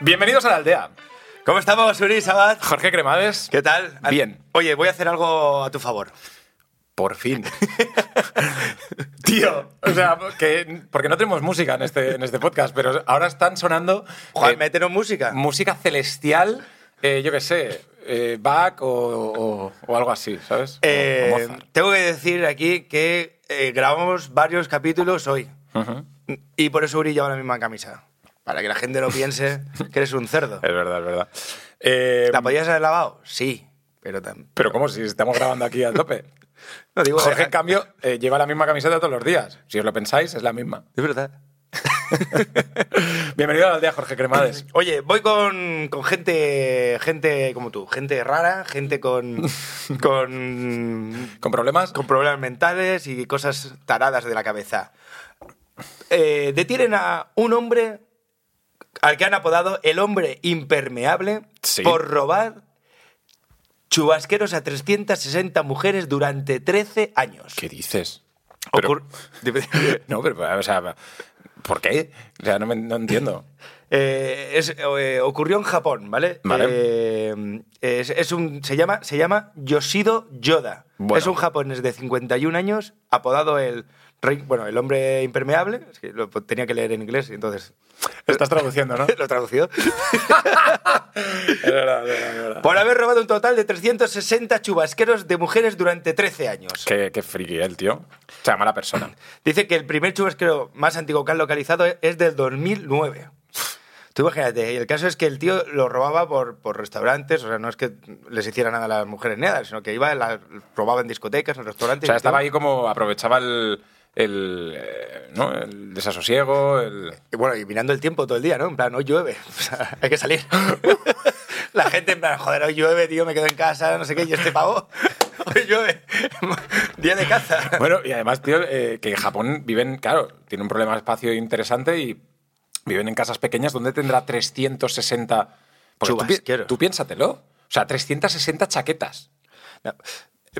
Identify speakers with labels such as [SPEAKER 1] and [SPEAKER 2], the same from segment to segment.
[SPEAKER 1] Bienvenidos a la aldea.
[SPEAKER 2] ¿Cómo estamos, Uri Sabat?
[SPEAKER 1] Jorge Cremades.
[SPEAKER 2] ¿Qué tal?
[SPEAKER 1] Bien.
[SPEAKER 2] Oye, voy a hacer algo a tu favor.
[SPEAKER 1] Por fin. Tío, o sea, que, porque no tenemos música en este, en este podcast, pero ahora están sonando
[SPEAKER 2] Juan,
[SPEAKER 1] eh,
[SPEAKER 2] métenos música.
[SPEAKER 1] música celestial, eh, yo qué sé, eh, Bach o, o- o algo así, ¿sabes? O- o
[SPEAKER 2] Eh,
[SPEAKER 1] Mozart.
[SPEAKER 2] tengo que decir aquí que eh, grabamos varios capítulos hoy. Y por eso Uri lleva la misma camisa. Para que la gente no piense que eres un cerdo.
[SPEAKER 1] Es verdad, es verdad. Eh,
[SPEAKER 2] ¿La podías haber lavado? Sí, pero también.
[SPEAKER 1] pero ¿cómo si estamos grabando aquí a tope?
[SPEAKER 2] No digo.
[SPEAKER 1] Jorge, en
[SPEAKER 2] eh,
[SPEAKER 1] cambio, eh, lleva la misma camiseta todos los días. Si os lo pensáis, es la misma.
[SPEAKER 2] Es verdad.
[SPEAKER 1] Bienvenido a la aldea, Jorge Cremades.
[SPEAKER 2] Oye, voy con, con gente, gente como tú, gente rara, gente con, con
[SPEAKER 1] ¿Con problemas?
[SPEAKER 2] con problemas mentales y cosas taradas de la cabeza. Eh, detienen a un hombre al que han apodado el hombre impermeable
[SPEAKER 1] Sí.
[SPEAKER 2] por robar chubasqueros a 360 mujeres durante 13 años.
[SPEAKER 1] ¿Qué dices?
[SPEAKER 2] Ocur-
[SPEAKER 1] No, pero, o sea, ¿por qué? O sea, no, me- no entiendo.
[SPEAKER 2] Eh, es- eh, ocurrió en Japón, ¿vale?
[SPEAKER 1] Vale.
[SPEAKER 2] Eh, es, es un, se, llama, se llama Yoshido Yoda.
[SPEAKER 1] Bueno.
[SPEAKER 2] Es un japonés de 51 años, apodado el rey, bueno, el hombre impermeable. Es que lo tenía que leer en inglés, y entonces
[SPEAKER 1] Estás traduciendo, ¿no?
[SPEAKER 2] lo he traducido.
[SPEAKER 1] Es verdad, es verdad, es verdad.
[SPEAKER 2] Por haber robado un total de 360 chubasqueros de mujeres durante 13 años.
[SPEAKER 1] Qué, qué friki el tío. O sea, mala persona.
[SPEAKER 2] Dice que el primer chubasquero más antiguo que han localizado es del 2009. Tú imagínate, y el caso es que el tío lo robaba por, por restaurantes, o sea, no es que les hiciera nada a las mujeres ni nada, sino que iba, la, robaba en discotecas, en
[SPEAKER 1] O
[SPEAKER 2] restaurantes.
[SPEAKER 1] sea,
[SPEAKER 2] y
[SPEAKER 1] estaba
[SPEAKER 2] todo.
[SPEAKER 1] ahí como aprovechaba el, el, eh, ¿no? el desasosiego, el...
[SPEAKER 2] Y bueno, y mirando el tiempo todo el día, ¿no? En plan, hoy llueve, o sea, hay que salir. la gente en plan, joder, hoy llueve, tío, me quedo en casa, no sé qué, y este pavo, hoy llueve, día de caza.
[SPEAKER 1] Bueno, y además, tío, eh, que en Japón viven, claro, tiene un problema de espacio interesante y viven en casas pequeñas donde tendrá 360... Porque tú pi-
[SPEAKER 2] Chubasqueros.
[SPEAKER 1] Tú piénsatelo. O sea, 360 chaquetas.
[SPEAKER 2] No.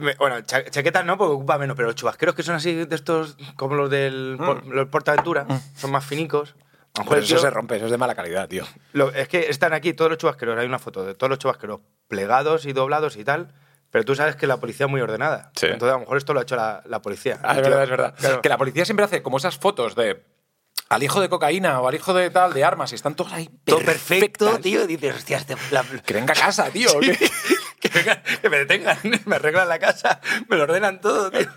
[SPEAKER 2] Me- Bueno, cha- chaquetas no, porque ocupa menos, pero los chubasqueros que son así de estos, como los del por-
[SPEAKER 1] Mm.
[SPEAKER 2] los Portaventura, son más finicos. A lo mejor
[SPEAKER 1] Pero
[SPEAKER 2] el
[SPEAKER 1] eso
[SPEAKER 2] tío-
[SPEAKER 1] se rompe, eso es de mala calidad, tío.
[SPEAKER 2] lo- es que están aquí todos los chubasqueros, hay una foto de todos los chubasqueros plegados y doblados y tal, pero tú sabes que la policía es muy ordenada.
[SPEAKER 1] Sí.
[SPEAKER 2] Entonces a lo mejor esto lo ha hecho la, la policía.
[SPEAKER 1] Ah, es
[SPEAKER 2] El tío-
[SPEAKER 1] verdad, es verdad.
[SPEAKER 2] claro.
[SPEAKER 1] Que la policía siempre hace como esas fotos de al hijo de cocaína o al hijo de tal, de armas, y están todos ahí
[SPEAKER 2] Todo
[SPEAKER 1] perfectas.
[SPEAKER 2] perfecto, tío. Dices, hostia, este- la-
[SPEAKER 1] Que venga a casa, tío. que-
[SPEAKER 2] que, venga- que me detengan, me arreglan la casa, me lo ordenan todo, tío.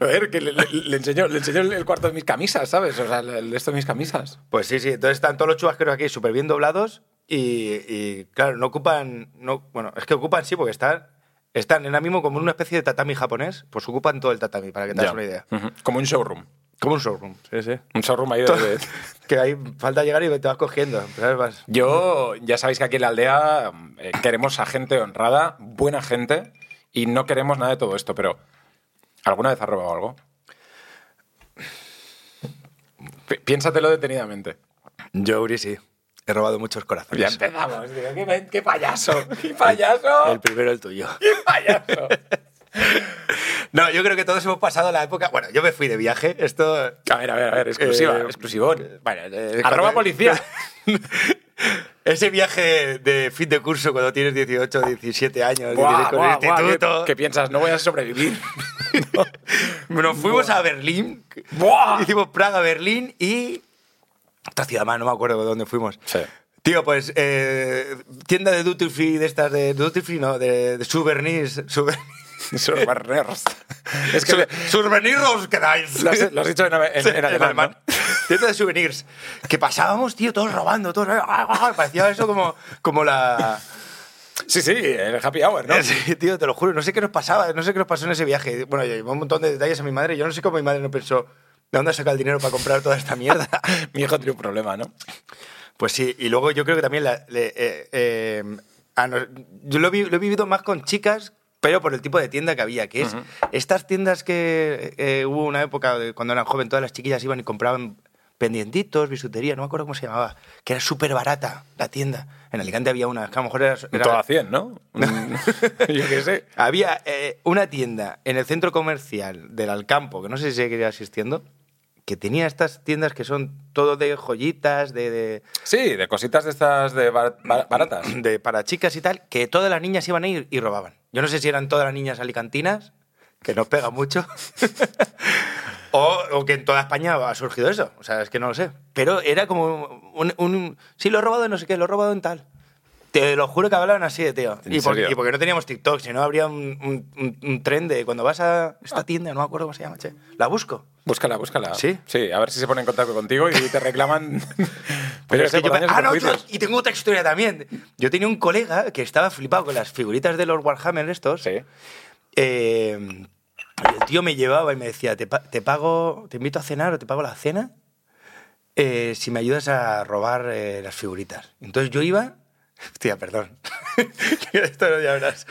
[SPEAKER 1] A ver, que le, le- le enseño, le enseño el cuarto de mis camisas, ¿sabes? O sea, el el de esto de mis camisas.
[SPEAKER 2] Pues sí, sí. Entonces están todos los chubasqueros aquí súper bien doblados y, y, claro, no ocupan... No, bueno, es que ocupan sí porque están, están ahora mismo como en una especie de tatami japonés. Pues ocupan todo el tatami, para que te hagas
[SPEAKER 1] Ya.
[SPEAKER 2] una idea.
[SPEAKER 1] Ujú. Como un showroom.
[SPEAKER 2] Como un showroom. Sí, sí.
[SPEAKER 1] Un showroom ahí de- de...
[SPEAKER 2] que ahí falta llegar y te vas cogiendo. ¿sabes? Vas-
[SPEAKER 1] Yo, ya sabéis que aquí en la aldea eh, queremos a gente honrada, buena gente, y no queremos nada de todo esto, pero ¿alguna vez has robado algo? Pi- piénsatelo detenidamente.
[SPEAKER 2] Yo, Uri, sí. He robado muchos
[SPEAKER 1] Pues Ya
[SPEAKER 2] corazones.
[SPEAKER 1] empezamos, tío. ¿Qué, qué payaso! ¡Qué payaso!
[SPEAKER 2] El primero, el tuyo.
[SPEAKER 1] ¡Qué payaso!
[SPEAKER 2] No, yo creo que todos hemos pasado la época... Bueno, yo me fui de viaje. Esto...
[SPEAKER 1] A ver, a ver, a ver, exclusiva,
[SPEAKER 2] Eh,
[SPEAKER 1] exclusivón.
[SPEAKER 2] Bueno, eh,
[SPEAKER 1] Arroba
[SPEAKER 2] cuando-
[SPEAKER 1] policía.
[SPEAKER 2] Ese viaje de fin de curso cuando tienes 18, 17 años,
[SPEAKER 1] Buah,
[SPEAKER 2] 16
[SPEAKER 1] buah,
[SPEAKER 2] con el
[SPEAKER 1] buah, ¿qué-
[SPEAKER 2] instituto.
[SPEAKER 1] ¿Qué piensas? No voy a sobrevivir.
[SPEAKER 2] Nos fuimos a Berlín,
[SPEAKER 1] ¡Buah!
[SPEAKER 2] hicimos Praga, Berlín y. Otra ciudad más, no me acuerdo de dónde fuimos.
[SPEAKER 1] Sí.
[SPEAKER 2] Tío, pues eh, tienda de duty free, de estas de duty free, no, de, de souvenirs. Souvenir,
[SPEAKER 1] Surbarners. Es que
[SPEAKER 2] souvenirs os quedáis.
[SPEAKER 1] lo has, lo has dicho en, en-
[SPEAKER 2] Sí,
[SPEAKER 1] en alemán, ¿no?
[SPEAKER 2] Tienda de souvenirs. Que pasábamos, tío, todos robando, todos. ¡ah, Parecía eso como, como la.
[SPEAKER 1] Sí, sí, el happy hour, ¿no?
[SPEAKER 2] Sí, tío, te lo juro, no sé qué nos pasaba, no sé qué nos pasó en ese viaje. Bueno, yo llevé un montón de detalles a mi madre, yo no sé cómo mi madre no pensó, ¿de dónde ha sacado el dinero para comprar toda esta mierda?
[SPEAKER 1] Mi hijo tiene un problema, ¿no?
[SPEAKER 2] pues sí, y luego yo creo que también la- le- eh, eh, a nos- yo lo, vi- lo he vivido más con chicas, pero por el tipo de tienda que había, que es estas tiendas que eh, hubo una época de cuando eran joven, todas las chiquillas iban y compraban pendientitos, bisutería, no me acuerdo cómo se llamaba, que era súper barata la tienda. En Alicante había una, que a lo mejor era... era-
[SPEAKER 1] Todo a 100, ¿no? Mm, Yo qué sé.
[SPEAKER 2] Había eh, una tienda en el centro comercial del Alcampo, que no sé si seguiría existiendo, que tenía estas tiendas que son todo de joyitas, de, de-
[SPEAKER 1] Sí, de cositas de estas de bar- bar- baratas.
[SPEAKER 2] de- para chicas y tal, que todas las niñas iban a ir y robaban. Yo no sé si eran todas las niñas alicantinas, que nos pega mucho, o, o que en toda España ha surgido eso, o sea, es que no lo sé. Pero era como un, un- sí, lo he robado en no sé qué, lo he robado en tal. Te lo juro que hablaban así de tío.
[SPEAKER 1] ¿En
[SPEAKER 2] Y, por-
[SPEAKER 1] serio?
[SPEAKER 2] y porque no teníamos TikTok, si no habría un, un- un- un tren de cuando vas a esta tienda, no me acuerdo cómo se llama, che. La busco.
[SPEAKER 1] Búscala, búscala.
[SPEAKER 2] ¿Sí?
[SPEAKER 1] Sí, a ver si se pone en contacto contigo y te reclaman. Pero es que
[SPEAKER 2] yo-
[SPEAKER 1] por daños y
[SPEAKER 2] ah, no,
[SPEAKER 1] perjuicios.
[SPEAKER 2] y tengo otra historia también. Yo tenía un colega que estaba flipado con las figuritas de los Warhammer estos.
[SPEAKER 1] Sí.
[SPEAKER 2] Eh, el tío me llevaba y me decía, te, pa- te pago, te invito a cenar o te pago la cena eh, si me ayudas a robar eh, las figuritas. Entonces yo iba... Hostia, perdón. esto no ya verás.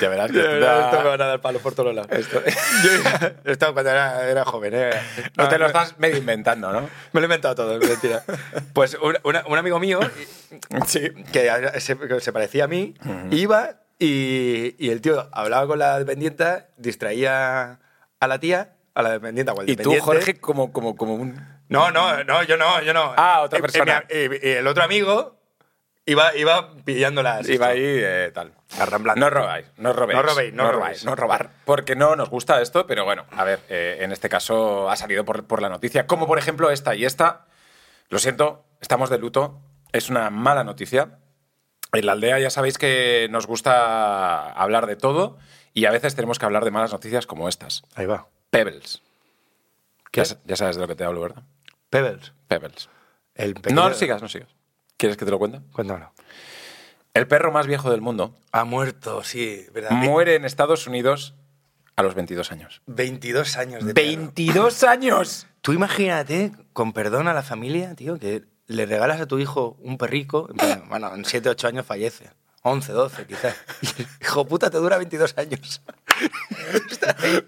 [SPEAKER 1] Ya verás que
[SPEAKER 2] Ya
[SPEAKER 1] esto
[SPEAKER 2] verás,
[SPEAKER 1] da-
[SPEAKER 2] esto me van a dar palos por todos lados.
[SPEAKER 1] Esto-
[SPEAKER 2] Yo iba- esto cuando era, era joven. eh.
[SPEAKER 1] No te lo
[SPEAKER 2] Ah,
[SPEAKER 1] estás medio inventando, ¿no?
[SPEAKER 2] Me lo he inventado todo, es mentira. Pues un, una- un amigo mío, sí, que a- se, que se parecía a mí, iba y, y el tío hablaba con la dependienta, distraía a la tía, a la dependienta o al
[SPEAKER 1] Y tú,
[SPEAKER 2] dependiente.
[SPEAKER 1] Jorge, como, como, como un.
[SPEAKER 2] No, no, no, yo no, yo no.
[SPEAKER 1] Ah, otra
[SPEAKER 2] Eh, eh,
[SPEAKER 1] persona.
[SPEAKER 2] mi a- eh, eh, el otro amigo iba, iba pillándolas.
[SPEAKER 1] Iba ahí eh, tal.
[SPEAKER 2] Arramblando.
[SPEAKER 1] No robáis, no robéis.
[SPEAKER 2] No robéis, no robéis.
[SPEAKER 1] No robar. Porque no nos gusta esto, pero bueno, a ver, eh, en este caso ha salido por, por la noticia. Como por ejemplo esta y esta. Lo siento, estamos de luto. Es una mala noticia. En la aldea ya sabéis que nos gusta hablar de todo y a veces tenemos que hablar de malas noticias como estas.
[SPEAKER 2] Ahí va.
[SPEAKER 1] Pebbles.
[SPEAKER 2] ¿Qué?
[SPEAKER 1] Ya, sa- ya sabes de lo que te hablo, ¿verdad?
[SPEAKER 2] Pebbles.
[SPEAKER 1] Pebbles.
[SPEAKER 2] El
[SPEAKER 1] No
[SPEAKER 2] pequeño-
[SPEAKER 1] lo sigas, no sigas. ¿Quieres que te lo cuente?
[SPEAKER 2] Cuéntamelo.
[SPEAKER 1] El perro más viejo del mundo
[SPEAKER 2] Ha muerto, sí, ¿verdad?
[SPEAKER 1] muere en Estados Unidos a los 22 años.
[SPEAKER 2] 22 años de perro.
[SPEAKER 1] ¡22 años!
[SPEAKER 2] Tú imagínate, con perdón a la familia, tío, que le regalas a tu hijo un perrico, en plan, bueno, en 7, 8 años fallece. 11, 12 quizás. Y, Hijo puta, te dura 22 años.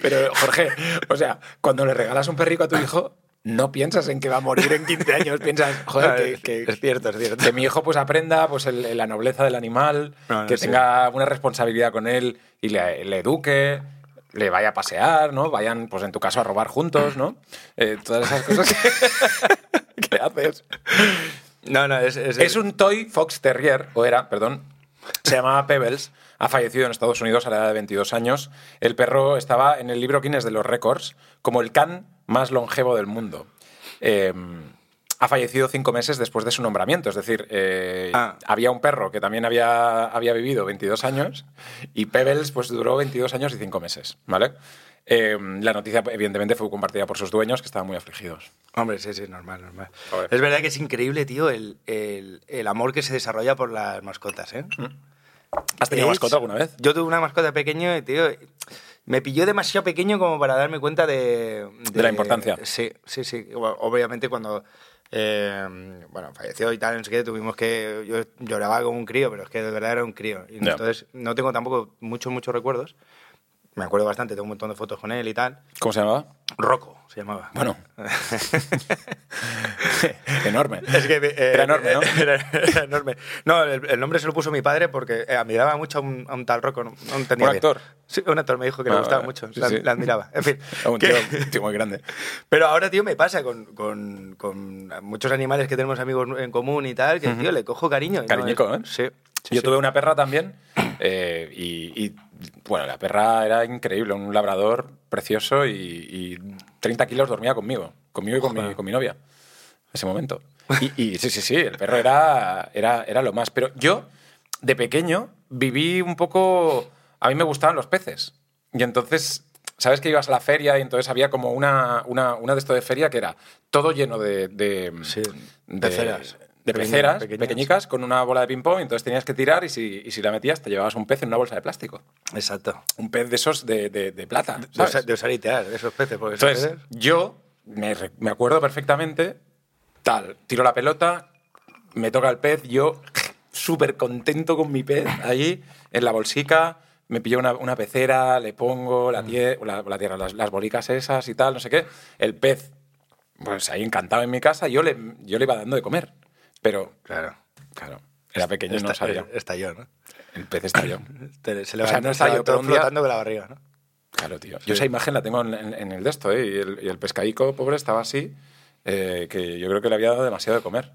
[SPEAKER 1] Pero, Jorge, o sea, cuando le regalas un perrico a tu hijo, no piensas en que va a morir en 15 años. Piensas,
[SPEAKER 2] Ah,
[SPEAKER 1] joder,
[SPEAKER 2] es-
[SPEAKER 1] que,
[SPEAKER 2] es
[SPEAKER 1] que,
[SPEAKER 2] cierto, es cierto.
[SPEAKER 1] que mi hijo pues aprenda pues el- la nobleza del animal,
[SPEAKER 2] No, no,
[SPEAKER 1] que
[SPEAKER 2] sí.
[SPEAKER 1] tenga una responsabilidad con él y le, le eduque, le vaya a pasear, ¿no? Vayan, pues en tu caso, a robar juntos, ¿no? Eh, todas esas cosas que- que haces.
[SPEAKER 2] No, no, es, es,
[SPEAKER 1] Es un toy fox terrier, o era, perdón, se llamaba Pebbles, ha fallecido en Estados Unidos a la edad de 22 años. El perro estaba en el libro Guinness de los récords como el can más longevo del mundo. Eh, ha fallecido cinco meses después de su nombramiento, es decir, eh,
[SPEAKER 2] Ah.
[SPEAKER 1] había un perro que también había, había vivido 22 años y Pebbles pues duró 22 años y cinco meses, ¿vale? Eh, la noticia evidentemente fue compartida por sus dueños que estaban muy afligidos.
[SPEAKER 2] Hombre, sí, sí, normal, normal.
[SPEAKER 1] Joder.
[SPEAKER 2] Es verdad que es increíble, tío, el, el- el amor que se desarrolla por las mascotas, ¿eh?
[SPEAKER 1] ¿Has tenido
[SPEAKER 2] Es-
[SPEAKER 1] mascota alguna vez?
[SPEAKER 2] Yo tuve una mascota pequeño y, tío, me pilló demasiado pequeño como para darme cuenta de...
[SPEAKER 1] De la importancia.
[SPEAKER 2] Sí, sí, sí. O- Obviamente cuando, eh, bueno, falleció y tal, no sé qué, tuvimos que... Yo lloraba como un crío, pero es que de verdad era un crío. Y
[SPEAKER 1] Ya.
[SPEAKER 2] Entonces no tengo tampoco muchos, muchos recuerdos. Me acuerdo bastante, tengo un montón de fotos con él y tal.
[SPEAKER 1] ¿Cómo se llamaba?
[SPEAKER 2] Rocco se llamaba.
[SPEAKER 1] Bueno. Enorme.
[SPEAKER 2] Es que, eh,
[SPEAKER 1] Era enorme, ¿no?
[SPEAKER 2] Era, era enorme. No, el, el nombre se lo puso mi padre porque eh, admiraba mucho a un, a un tal Rocco. No, no entendía
[SPEAKER 1] ¿Un
[SPEAKER 2] bien.
[SPEAKER 1] actor?
[SPEAKER 2] Sí, un actor me dijo que
[SPEAKER 1] Ah,
[SPEAKER 2] le gustaba
[SPEAKER 1] vale.
[SPEAKER 2] mucho.
[SPEAKER 1] Sí,
[SPEAKER 2] la,
[SPEAKER 1] sí.
[SPEAKER 2] la admiraba. En fin.
[SPEAKER 1] Era un
[SPEAKER 2] que-
[SPEAKER 1] tío, un tío muy grande.
[SPEAKER 2] Pero ahora, tío, me pasa con, con- con muchos animales que tenemos amigos en común y tal, que, tío, le cojo cariño. ¿no?
[SPEAKER 1] Cariñico, ¿eh?
[SPEAKER 2] Es- Sí. sí,
[SPEAKER 1] Yo
[SPEAKER 2] sí.
[SPEAKER 1] tuve una perra también eh, y, y, bueno, la perra era increíble, un labrador precioso y, y 30 kilos dormía conmigo, conmigo y con, mi, con mi novia, en ese momento. Y, y sí, sí, sí, el perro era, era, era lo más. Pero yo, de pequeño, viví un poco... A mí me gustaban los peces. Y entonces, ¿sabes que ibas a la feria y entonces había como una, una, una de esto de feria que era todo lleno de... de
[SPEAKER 2] Sí,
[SPEAKER 1] de-
[SPEAKER 2] peceras.
[SPEAKER 1] De
[SPEAKER 2] Pequeñas,
[SPEAKER 1] peceras,
[SPEAKER 2] pequeñas.
[SPEAKER 1] pequeñicas pequeñitas con una bola de ping-pong, entonces tenías que tirar y si, y si la metías te llevabas un pez en una bolsa de plástico.
[SPEAKER 2] Exacto.
[SPEAKER 1] Un pez de esos de, de- de plata.
[SPEAKER 2] De,
[SPEAKER 1] ¿sabes?
[SPEAKER 2] usar- de usar y tirar, de esos peces. Porque esos
[SPEAKER 1] Entonces,
[SPEAKER 2] peces-
[SPEAKER 1] yo me, re- me acuerdo perfectamente, tal, tiro la pelota, me toca el pez, yo súper contento con mi pez ahí, en la bolsica, me pillo una, una pecera, le pongo la, tie- la, la tierra, las, las bolicas esas y tal, no sé qué. El pez, pues ahí encantado en mi casa, yo le, yo le iba dando de comer, pero
[SPEAKER 2] Claro.
[SPEAKER 1] Claro. Era pequeño y no
[SPEAKER 2] Está- eh,
[SPEAKER 1] sabía.
[SPEAKER 2] Estalló, ¿no?
[SPEAKER 1] eh, El pez estalló.
[SPEAKER 2] Te-
[SPEAKER 1] O sea,
[SPEAKER 2] Se levantó
[SPEAKER 1] no
[SPEAKER 2] se
[SPEAKER 1] estalló,
[SPEAKER 2] levantó
[SPEAKER 1] pero un día-
[SPEAKER 2] flotando con la barriga, ¿no?
[SPEAKER 1] Claro, tío. Yo esa imagen la tengo en, en- en el de esto, ¿eh? Y el, y el pescadico pobre estaba así, eh, que yo creo que le había dado demasiado de comer.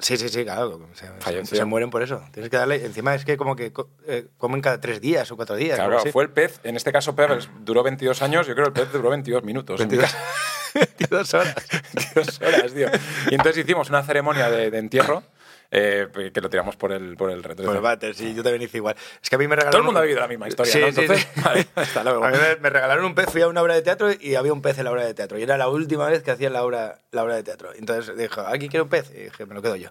[SPEAKER 2] Sí, sí, sí, claro. se- Se,
[SPEAKER 1] Falleció.
[SPEAKER 2] se mueren por eso. Tienes que darle. Encima es que como que co- eh, comen cada tres días o cuatro días.
[SPEAKER 1] Claro,
[SPEAKER 2] algo así.
[SPEAKER 1] fue el pez, en este caso Pebbles duró 22 años, yo creo que el pez duró 22 minutos. en mi
[SPEAKER 2] 22
[SPEAKER 1] casa.
[SPEAKER 2] 22 horas.
[SPEAKER 1] 22 horas, tío. Y entonces hicimos una ceremonia de, de entierro eh, que lo tiramos por el, por el retrete.
[SPEAKER 2] Pues váter, sí, yo también hice igual. Es que a mí me regalaron.
[SPEAKER 1] Todo el mundo ha
[SPEAKER 2] un-
[SPEAKER 1] vivido la misma historia,
[SPEAKER 2] Sí,
[SPEAKER 1] ¿no?
[SPEAKER 2] sí,
[SPEAKER 1] Entonces,
[SPEAKER 2] sí.
[SPEAKER 1] vale, hasta luego.
[SPEAKER 2] A mí me, me regalaron un pez, fui a una obra de teatro y había un pez en la obra de teatro. Y era la última vez que hacía la obra, la obra de teatro. Entonces dijo, aquí quiero un pez. Y dije, me lo quedo yo.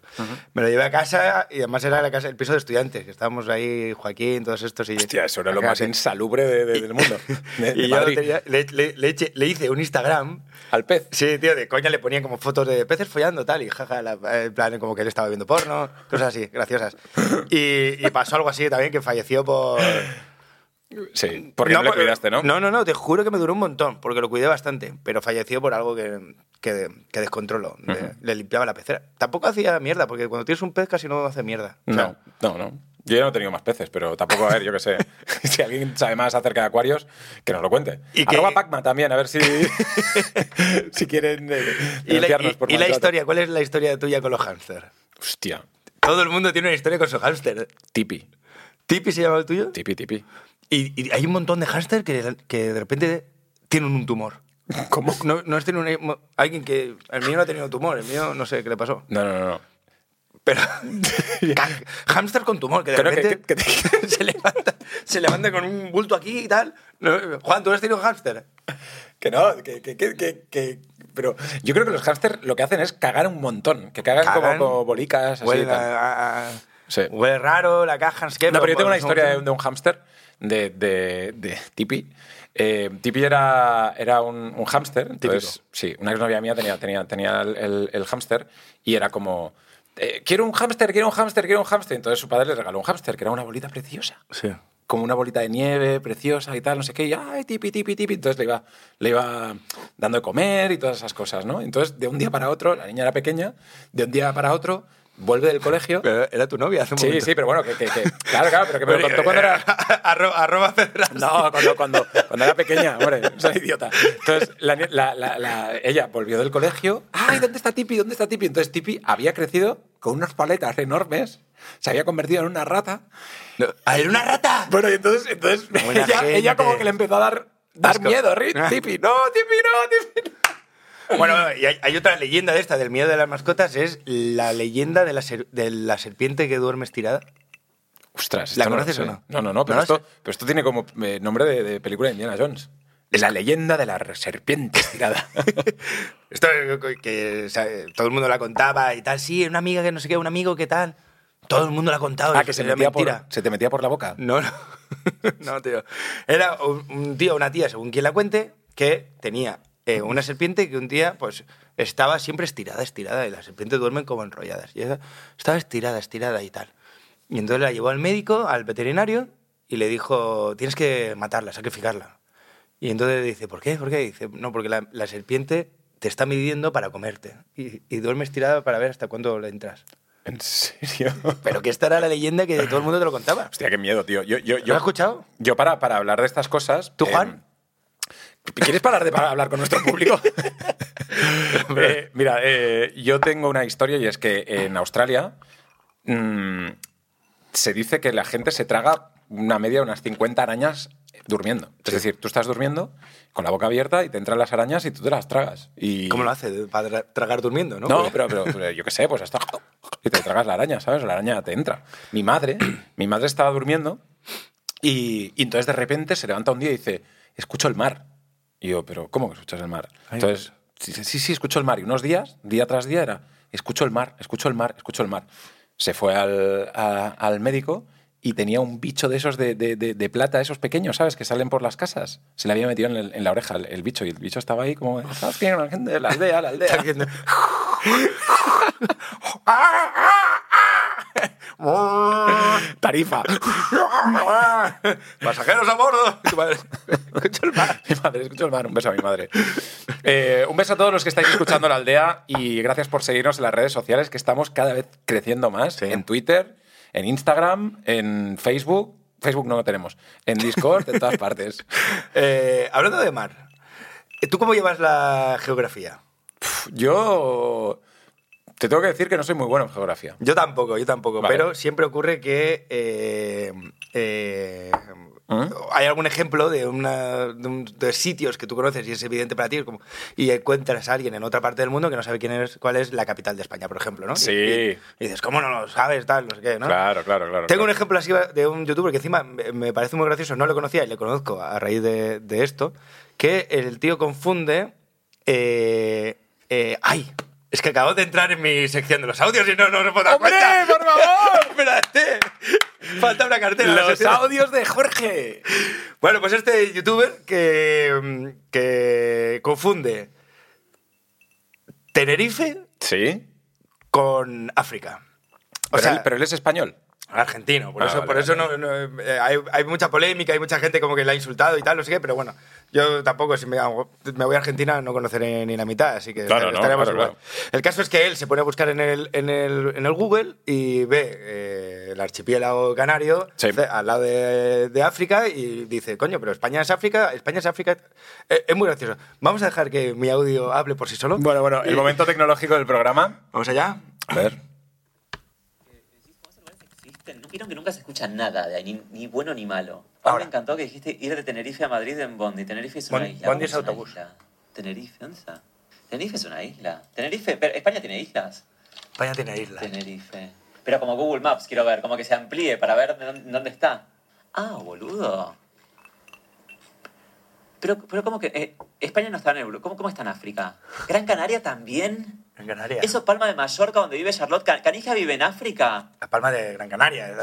[SPEAKER 2] Me lo llevé a casa y además era la casa, el piso de estudiantes, que estábamos ahí, Joaquín, todos estos. Y
[SPEAKER 1] Hostia, eso era lo más
[SPEAKER 2] Fíjate.
[SPEAKER 1] insalubre de- de- del mundo. de- de
[SPEAKER 2] Y yo lo
[SPEAKER 1] Madrid.
[SPEAKER 2] tenía- le, le- le eché- le hice un Instagram.
[SPEAKER 1] Al pez.
[SPEAKER 2] Sí, tío, de coña le ponían como fotos de peces follando tal y jaja, la- en plan como que él estaba viendo porno, cosas así, graciosas. Y, y pasó algo así también que falleció por...
[SPEAKER 1] Sí, porque no, le
[SPEAKER 2] por-
[SPEAKER 1] cuidaste, ¿no?
[SPEAKER 2] No, no, no, te juro que me duró un montón, porque lo cuidé bastante, pero falleció por algo que, que, que descontrolo. de- Le limpiaba la pecera. Tampoco hacía mierda, porque cuando tienes un pez casi no hace mierda. O sea,
[SPEAKER 1] No, no, no. Yo ya no he tenido más peces, pero tampoco, a ver, yo qué sé. si alguien sabe más acerca de acuarios, que nos lo cuente.
[SPEAKER 2] Y
[SPEAKER 1] Y
[SPEAKER 2] que-
[SPEAKER 1] Arroba Pacma también, a ver si, si quieren eh,
[SPEAKER 2] Y, la,
[SPEAKER 1] denunciarnos
[SPEAKER 2] y-
[SPEAKER 1] por
[SPEAKER 2] y la
[SPEAKER 1] maltrato.
[SPEAKER 2] historia, ¿cuál es la historia tuya con los hámsters?
[SPEAKER 1] Hostia,
[SPEAKER 2] Todo el mundo tiene una historia con su hámster.
[SPEAKER 1] tipi,
[SPEAKER 2] ¿Tipi se llama el tuyo?
[SPEAKER 1] tipi, tipi.
[SPEAKER 2] Y, y hay un montón de hámster que, que de repente tienen un tumor.
[SPEAKER 1] ¿Cómo?
[SPEAKER 2] No, no has tenido un- alguien que... El mío no ha tenido tumor, el mío no sé qué le pasó.
[SPEAKER 1] No, no, no. no.
[SPEAKER 2] Pero... Ca- hámster con tumor, que de
[SPEAKER 1] Creo que-
[SPEAKER 2] repente
[SPEAKER 1] que- que-
[SPEAKER 2] se, levanta, se levanta con un bulto aquí y tal. No, Juan, ¿tú no has tenido un hámster?
[SPEAKER 1] Que no, que, que, que, que- que- Pero yo creo que los hámsters lo que hacen es cagar un montón. Que cagan, como-
[SPEAKER 2] Cagan,
[SPEAKER 1] como, bolicas, así. y
[SPEAKER 2] Huele,
[SPEAKER 1] tal.
[SPEAKER 2] a- a-
[SPEAKER 1] Sí.
[SPEAKER 2] huele raro, la caja... es que-
[SPEAKER 1] No, pero yo tengo una
[SPEAKER 2] son-
[SPEAKER 1] historia de, un- de un hámster, de, de, de Tipi. Eh, Tipi era, era un, un hámster. entonces,
[SPEAKER 2] Típico.
[SPEAKER 1] Sí, una exnovia mía tenía, tenía, tenía el, el- el hámster y era como... eh, quiero un hámster, quiero un hámster, quiero un hámster. Entonces su padre le regaló un hámster, que era una bolita preciosa.
[SPEAKER 2] Sí.
[SPEAKER 1] Como una bolita de nieve preciosa y tal, no sé qué. Y, ay, tipi, tipi, tipi. Entonces le iba, le iba dando de comer y todas esas cosas, ¿no? Entonces, de un día para otro, la niña era pequeña, de un día para otro, vuelve del colegio...
[SPEAKER 2] Pero era tu novia hace un
[SPEAKER 1] Sí,
[SPEAKER 2] momento.
[SPEAKER 1] sí, pero bueno, que, que- que- claro, claro, pero que me lo contó cuando era...
[SPEAKER 2] Arroba, arroba Federal.
[SPEAKER 1] No, cuando, cuando, cuando era pequeña, hombre, soy idiota. Entonces, la ni- la- la- la- ella volvió del colegio, ¡ay, ¿dónde está Tipi? ¿Dónde está Tipi? Entonces Tipi había crecido con unas paletas enormes, se había convertido en una rata.
[SPEAKER 2] No. ¡Ah, era una rata!
[SPEAKER 1] Bueno, y entonces, entonces
[SPEAKER 2] Buena
[SPEAKER 1] ella,
[SPEAKER 2] gente.
[SPEAKER 1] ella como que le empezó a dar, dar
[SPEAKER 2] Asco.
[SPEAKER 1] miedo, Ri- Tipi, no, Tipi, no, Tipi.
[SPEAKER 2] Bueno, y hay, hay otra leyenda de esta, del miedo de las mascotas, es la leyenda de la, ser- de la serpiente que duerme estirada.
[SPEAKER 1] Ostras,
[SPEAKER 2] ¿La
[SPEAKER 1] esto no lo
[SPEAKER 2] conoces
[SPEAKER 1] sé.
[SPEAKER 2] o no?
[SPEAKER 1] No, no, no, pero,
[SPEAKER 2] ¿No la
[SPEAKER 1] esto, pero esto tiene como eh, nombre de, de película de Indiana Jones. La leyenda de la serpiente estirada.
[SPEAKER 2] Esto eh, que o sea, eh, todo el mundo la contaba y tal. Sí, una amiga que no sé qué, un amigo que tal. Todo el mundo la contaba.
[SPEAKER 1] ah, que se,
[SPEAKER 2] era
[SPEAKER 1] metía por,
[SPEAKER 2] mentira.
[SPEAKER 1] se te metía por la boca.
[SPEAKER 2] No, no. no, tío. Era un un tío o una tía, según quien la cuente, que tenía eh, una serpiente que un día, pues, estaba siempre estirada, estirada, y las serpientes duermen como enrolladas. Y ella estaba estirada, estirada y tal. Y entonces la llevó al médico, al veterinario, y le dijo, tienes que matarla, sacrificarla. Y entonces dice, ¿por qué? ¿Por qué? dice, no, porque la, la serpiente te está midiendo para comerte. Y, y duerme estirada para ver hasta cuándo le entras.
[SPEAKER 1] ¿En serio?
[SPEAKER 2] Pero que esta era la leyenda que todo el mundo te lo contaba.
[SPEAKER 1] Hostia, qué miedo, tío. Yo, yo,
[SPEAKER 2] ¿Lo
[SPEAKER 1] yo,
[SPEAKER 2] has escuchado?
[SPEAKER 1] Yo para, para hablar de estas cosas...
[SPEAKER 2] ¿Tú,
[SPEAKER 1] eh,
[SPEAKER 2] Juan?
[SPEAKER 1] ¿Quieres parar de para hablar con nuestro público? Eh, mira, eh, yo tengo una historia y es que en Australia mm, se dice que la gente se traga una media de unas 50 arañas durmiendo. Es decir, tú estás durmiendo con la boca abierta y te entran las arañas y tú te las tragas. Y...
[SPEAKER 2] ¿Cómo lo hace? Para tra- tragar durmiendo, ¿no?
[SPEAKER 1] No, pero, pero- pero yo qué sé, pues hasta y te tragas la araña, ¿sabes? La araña te entra. Mi madre, mi madre estaba durmiendo y, y entonces de repente se levanta un día y dice, escucho el mar. Y yo, pero ¿cómo que escuchas el mar?
[SPEAKER 2] Ay,
[SPEAKER 1] Entonces, sí, sí, sí, escucho el mar. Y unos días, día tras día, era, escucho el mar, escucho el mar, escucho el mar. Se fue al, a- al médico y tenía un bicho de esos de, de- de- de plata, esos pequeños, ¿sabes? Que salen por las casas. Se le había metido en, el- en la oreja el, el bicho y el bicho estaba ahí como, ¿sabes qué? La gente de la aldea, la aldea.
[SPEAKER 2] Haciendo-
[SPEAKER 1] Tarifa.
[SPEAKER 2] ¡Pasajeros a bordo! Tu madre. Escucha el mar.
[SPEAKER 1] Mi madre, escucho el mar. Un beso a mi madre. Eh, un beso a todos los que estáis escuchando la aldea y gracias por seguirnos en las redes sociales que estamos cada vez creciendo más.
[SPEAKER 2] Sí.
[SPEAKER 1] En Twitter, en Instagram, en Facebook. Facebook no lo tenemos. En Discord, en todas partes.
[SPEAKER 2] Eh, hablando de mar, ¿tú cómo llevas la geografía?
[SPEAKER 1] Pf, Yo te tengo que decir que no soy muy bueno en geografía.
[SPEAKER 2] Yo tampoco, yo tampoco,
[SPEAKER 1] Vale.
[SPEAKER 2] pero siempre ocurre que eh, eh, hay algún ejemplo de, una, de, un- de sitios que tú conoces y es evidente para ti es como, y encuentras a alguien en otra parte del mundo que no sabe quién es, cuál es la capital de España, por ejemplo, ¿no?
[SPEAKER 1] Sí.
[SPEAKER 2] Y, y dices, ¿cómo no lo sabes? Tal, no sé qué, ¿no?
[SPEAKER 1] Claro, claro, claro.
[SPEAKER 2] Tengo un
[SPEAKER 1] claro.
[SPEAKER 2] ejemplo así de un youtuber que encima me me parece muy gracioso, no lo conocía y le conozco a raíz de, de esto, que el tío confunde... eh, eh, ¡Ay! Es que acabo de entrar en mi sección de los audios y no, no me puedo dar
[SPEAKER 1] ¡Hombre,
[SPEAKER 2] cuenta.
[SPEAKER 1] por favor!
[SPEAKER 2] ¡Espérate! Falta una cartera. la
[SPEAKER 1] Los
[SPEAKER 2] sección.
[SPEAKER 1] audios de Jorge.
[SPEAKER 2] Bueno, pues este youtuber que, mm, que confunde Tenerife
[SPEAKER 1] Sí.
[SPEAKER 2] con África. O
[SPEAKER 1] pero,
[SPEAKER 2] sea,
[SPEAKER 1] él, pero él es español.
[SPEAKER 2] Argentino, por
[SPEAKER 1] Ah,
[SPEAKER 2] eso,
[SPEAKER 1] vale,
[SPEAKER 2] por eso no, no, eh, hay, hay mucha polémica, hay mucha gente como que la ha insultado y tal, no sé qué, pero bueno, yo tampoco, si me, hago- me voy a Argentina no conoceré ni la mitad, así que
[SPEAKER 1] Claro,
[SPEAKER 2] estar-
[SPEAKER 1] no,
[SPEAKER 2] estaremos
[SPEAKER 1] claro,
[SPEAKER 2] igual.
[SPEAKER 1] claro.
[SPEAKER 2] El caso es que él se pone a buscar en el, en el, en el Google y ve eh, el archipiélago canario
[SPEAKER 1] Sí.
[SPEAKER 2] ce- al lado de, de África y dice, coño, pero España es África, España es África. Eh, es muy gracioso. Vamos a dejar que mi audio hable por sí solo.
[SPEAKER 1] Bueno, bueno, el momento tecnológico del programa.
[SPEAKER 2] Vamos allá.
[SPEAKER 1] A ver.
[SPEAKER 3] ¿Cómo esos lugares existen? No quiero que nunca se escucha nada de ahí, ni, ni bueno ni malo. Ahora
[SPEAKER 2] Ahora.
[SPEAKER 3] me encantó que dijiste ir de Tenerife a Madrid en Bondi. Tenerife es una
[SPEAKER 2] Bondi-
[SPEAKER 3] isla.
[SPEAKER 2] Bondi
[SPEAKER 3] ¿Cómo
[SPEAKER 2] es
[SPEAKER 3] una
[SPEAKER 2] autobús.
[SPEAKER 3] isla? Tenerife, ¿dónde está? Tenerife es una isla. Tenerife, pero España tiene islas.
[SPEAKER 2] España tiene ¿eh? islas.
[SPEAKER 3] Tenerife. Pero como Google Maps quiero ver, como que se amplíe para ver de dónde, dónde está. Ah, boludo. Pero, pero como que eh, España no está en Europa. ¿Cómo, ¿Cómo está en África? ¿Gran Canaria también?
[SPEAKER 2] En Canarias.
[SPEAKER 3] Eso Palma de Mallorca donde vive Charlotte. Can- Canija vive en África.
[SPEAKER 2] La palma de Gran Canaria.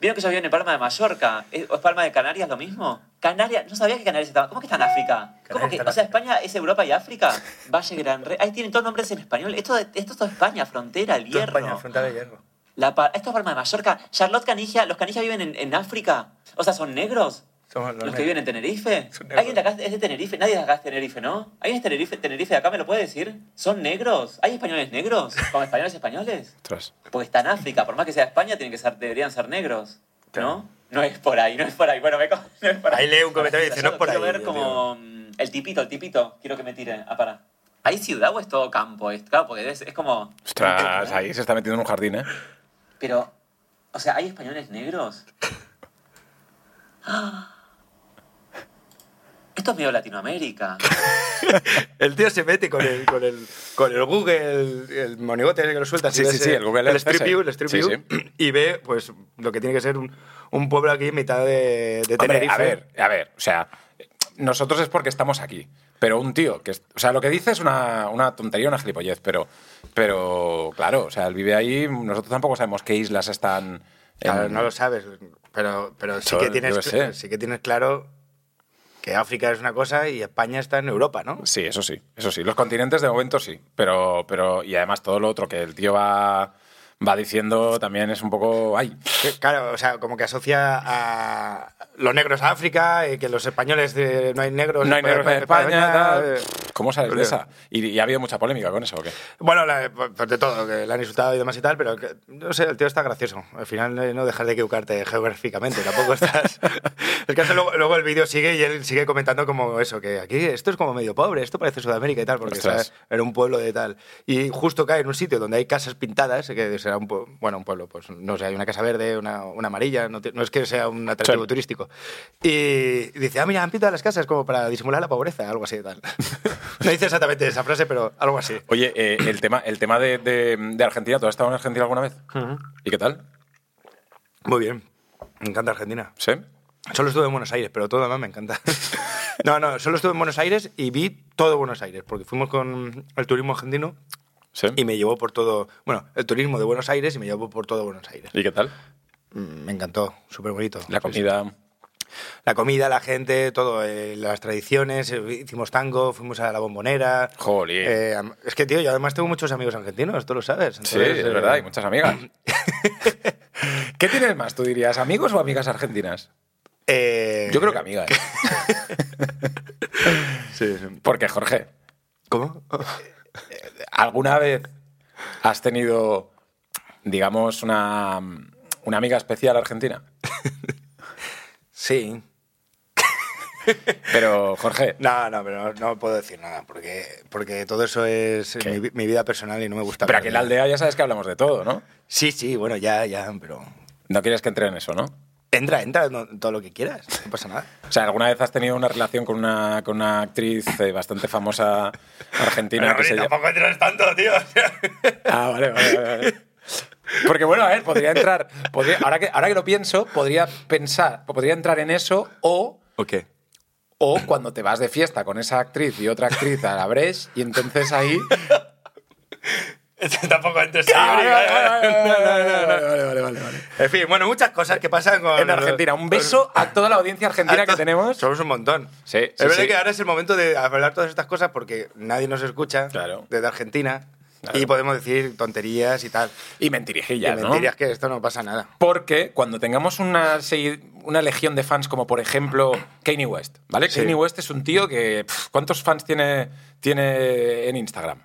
[SPEAKER 3] ¿Vieron que yo viven en Palma de Mallorca? ¿Es, o es Palma de Canarias lo mismo? Canarias, no sabía que Canarias estaba. ¿Cómo que está en África? ¿Cómo
[SPEAKER 2] Canarias
[SPEAKER 3] que,
[SPEAKER 2] está en
[SPEAKER 3] o sea,
[SPEAKER 2] África.
[SPEAKER 3] España es Europa y África? Valle Gran Rey. Ahí tienen todos nombres en español. Esto, de- esto es todo España, frontera, el hierro.
[SPEAKER 2] España, frontera de hierro.
[SPEAKER 3] La pa- esto es Palma de Mallorca. Charlotte Canigia, los Canigia viven en, en África. O sea, son negros.
[SPEAKER 2] Somos los
[SPEAKER 3] Los, que
[SPEAKER 2] negros.
[SPEAKER 3] viven en Tenerife.
[SPEAKER 2] Son negros.
[SPEAKER 3] ¿Alguien de acá es de Tenerife? Nadie de acá es de Tenerife, ¿no? ¿Alguien es de Tenerife, Tenerife de acá me lo puede decir? ¿Son negros? ¿Hay españoles negros? ¿Con españoles españoles?
[SPEAKER 1] Ostras.
[SPEAKER 3] Porque está en África, por más que sea España, tienen que ser, deberían ser negros.
[SPEAKER 2] Claro.
[SPEAKER 3] ¿No? No es por ahí, no es por ahí. Bueno, me co- no es por ahí.
[SPEAKER 2] Ahí lee un comentario y dice, no es por
[SPEAKER 3] quiero
[SPEAKER 2] ahí,
[SPEAKER 3] ver
[SPEAKER 2] yo
[SPEAKER 3] como mm, el tipito, el tipito. Quiero que me tire. Ah, para. ¿Hay ciudad o es todo campo? Es, claro, porque es, es como...
[SPEAKER 1] Ostras, ahí se está metiendo en un jardín, ¿eh?
[SPEAKER 3] Pero, o sea, ¿hay españoles negros? ¡Ah! Esto es medio Latinoamérica.
[SPEAKER 2] El tío se mete con el, con el, con el Google, el monigote ese que lo suelta.
[SPEAKER 1] Sí,
[SPEAKER 2] así
[SPEAKER 1] sí,
[SPEAKER 2] ves
[SPEAKER 1] sí, el Google Earth
[SPEAKER 2] Street
[SPEAKER 1] ese.
[SPEAKER 2] View, el Street
[SPEAKER 1] Sí,
[SPEAKER 2] View, Y ve, pues, lo que tiene que ser un, un pueblo aquí en mitad de, de
[SPEAKER 1] Hombre,
[SPEAKER 2] Tenerife.
[SPEAKER 1] a ver, a ver, o sea, nosotros es porque estamos aquí. Pero un tío que. es- o sea, lo que dice es una, una tontería, una gilipollez, pero. Pero, claro, o sea, él vive ahí. Nosotros tampoco sabemos qué islas están. en-
[SPEAKER 2] Claro, no lo sabes, pero, pero sí,
[SPEAKER 1] Yo-
[SPEAKER 2] que
[SPEAKER 1] yo
[SPEAKER 2] tienes,
[SPEAKER 1] sé.
[SPEAKER 2] cl- sí que tienes claro que África es una cosa y España está en Europa, ¿no?
[SPEAKER 1] Sí, eso sí, eso sí. Los continentes de momento sí. Pero. pero y además todo lo otro que el tío va. Va diciendo también es un poco. ¡Ay!
[SPEAKER 2] Que, Claro, o sea, como que asocia a los negros a África, eh, que los españoles eh, no hay negros.
[SPEAKER 1] No hay
[SPEAKER 2] en
[SPEAKER 1] negros en España. tal.
[SPEAKER 2] eh.
[SPEAKER 1] ¿Cómo sabes de
[SPEAKER 2] Julio.
[SPEAKER 1] esa? Y, y ha habido mucha polémica con eso, ¿o qué?
[SPEAKER 2] Bueno, la- pues de todo, que la han insultado y demás y tal, pero que- no sé, el tío está gracioso. Al final eh, no dejas de equivocarte geográficamente, tampoco estás. el caso luego, luego el vídeo sigue y él sigue comentando como eso, que aquí esto es como medio pobre, esto parece Sudamérica y tal, porque
[SPEAKER 1] Ostras.
[SPEAKER 2] está- era un pueblo de tal. Y justo cae en un sitio donde hay casas pintadas, que será un, pue- bueno, un pueblo, pues no sé, hay una casa verde, una, una amarilla, no, te- no es que sea un atractivo
[SPEAKER 1] Sí.
[SPEAKER 2] turístico. Y dice, ah, mira, han pintado las casas como para disimular la pobreza, algo así de tal. no dice exactamente esa frase, pero algo así.
[SPEAKER 1] Oye, eh, el tema, el tema de, de- de Argentina, ¿tú has estado en Argentina alguna vez? ¿Y qué tal?
[SPEAKER 2] Muy bien. Me encanta Argentina.
[SPEAKER 1] ¿Sí?
[SPEAKER 2] Solo estuve en Buenos Aires, pero todo lo demás me encanta. No, no, solo estuve en Buenos Aires y vi todo Buenos Aires, porque fuimos con el turismo argentino
[SPEAKER 1] ¿Sí?
[SPEAKER 2] y me llevó por todo, bueno, el turismo de Buenos Aires y me llevó por todo Buenos Aires.
[SPEAKER 1] ¿Y qué tal?
[SPEAKER 2] Mm, Me encantó, súper bonito.
[SPEAKER 1] La comida.
[SPEAKER 2] La comida, la gente, todo, eh, las tradiciones, eh, hicimos tango, fuimos a la bombonera.
[SPEAKER 1] Jolín.
[SPEAKER 2] Eh, am- es que, tío, yo además tengo muchos amigos argentinos, tú lo sabes.
[SPEAKER 1] Sí,
[SPEAKER 2] entonces,
[SPEAKER 1] es
[SPEAKER 2] eh,
[SPEAKER 1] verdad, hay muchas amigas. ¿Qué tienes más, tú dirías? ¿Amigos o amigas argentinas?
[SPEAKER 2] eh,
[SPEAKER 1] Yo creo que amigas.
[SPEAKER 2] sí, sí.
[SPEAKER 1] Porque, Jorge,
[SPEAKER 2] ¿Cómo?
[SPEAKER 1] ¿alguna vez has tenido, digamos, una, una amiga especial argentina?
[SPEAKER 2] Sí.
[SPEAKER 1] Pero, Jorge,
[SPEAKER 2] No, no, pero no, no puedo decir nada, porque, porque todo eso es mi, vi- mi vida personal y no me gusta.
[SPEAKER 1] para
[SPEAKER 2] hablar
[SPEAKER 1] que
[SPEAKER 2] de
[SPEAKER 1] la
[SPEAKER 2] nada.
[SPEAKER 1] aldea ya sabes que hablamos de todo, ¿no?
[SPEAKER 2] Sí, sí, bueno, ya, ya, pero...
[SPEAKER 1] No quieres que entre en eso, ¿no?
[SPEAKER 2] Entra, entra no, todo lo que quieras, no pasa nada.
[SPEAKER 1] O sea, ¿alguna vez has tenido una relación con una, con una actriz eh, bastante famosa argentina? que se llama-
[SPEAKER 2] entras tanto, tío.
[SPEAKER 1] Ah, vale, vale, vale, vale. Porque bueno, a ver, podría entrar, podría- ahora, que, ahora que lo pienso, podría pensar, podría entrar en eso o,
[SPEAKER 2] ¿O qué?
[SPEAKER 1] o cuando te vas de fiesta con esa actriz y otra actriz a la Breche y entonces ahí...
[SPEAKER 2] Tampoco entres
[SPEAKER 1] Ah, Vale, vale, vale, vale, vale, vale.
[SPEAKER 2] En fin, bueno, muchas cosas que pasan con...
[SPEAKER 1] En Argentina, un beso a toda la audiencia argentina que tenemos.
[SPEAKER 2] Somos un montón.
[SPEAKER 1] Sí,
[SPEAKER 2] es
[SPEAKER 1] sí,
[SPEAKER 2] verdad
[SPEAKER 1] sí.
[SPEAKER 2] que ahora es el momento de hablar todas estas cosas porque nadie nos escucha
[SPEAKER 1] Claro.
[SPEAKER 2] desde Argentina
[SPEAKER 1] Claro.
[SPEAKER 2] y podemos decir tonterías y tal.
[SPEAKER 1] Y
[SPEAKER 2] Y
[SPEAKER 1] mentirijillas, ¿no?
[SPEAKER 2] mentirías que esto no pasa nada.
[SPEAKER 1] Porque cuando tengamos una, segui- una legión de fans, como por ejemplo Kanye West, ¿vale?
[SPEAKER 2] Sí.
[SPEAKER 1] Kanye West es un tío que. pf, ¿Cuántos fans tiene, tiene en Instagram?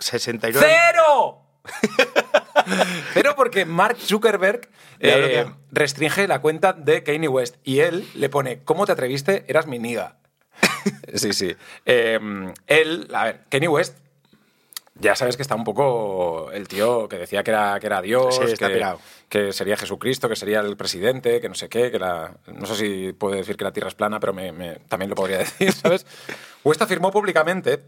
[SPEAKER 2] 69...
[SPEAKER 1] ¡Cero! Cero porque Mark Zuckerberg eh,
[SPEAKER 2] Ya bloqueó.
[SPEAKER 1] restringe la cuenta de Kanye West y él le pone: ¿Cómo te atreviste? Eras mi niga. sí, sí. Eh, él, a ver, Kanye West. Ya sabes que está un poco el tío que decía que era, que era Dios,
[SPEAKER 2] Sí, está
[SPEAKER 1] que,
[SPEAKER 2] pirado.
[SPEAKER 1] que sería Jesucristo, que sería el presidente, que no sé qué, que la, no sé si puedo decir que la Tierra es plana, pero me- me- también lo podría decir, ¿sabes? West afirmó públicamente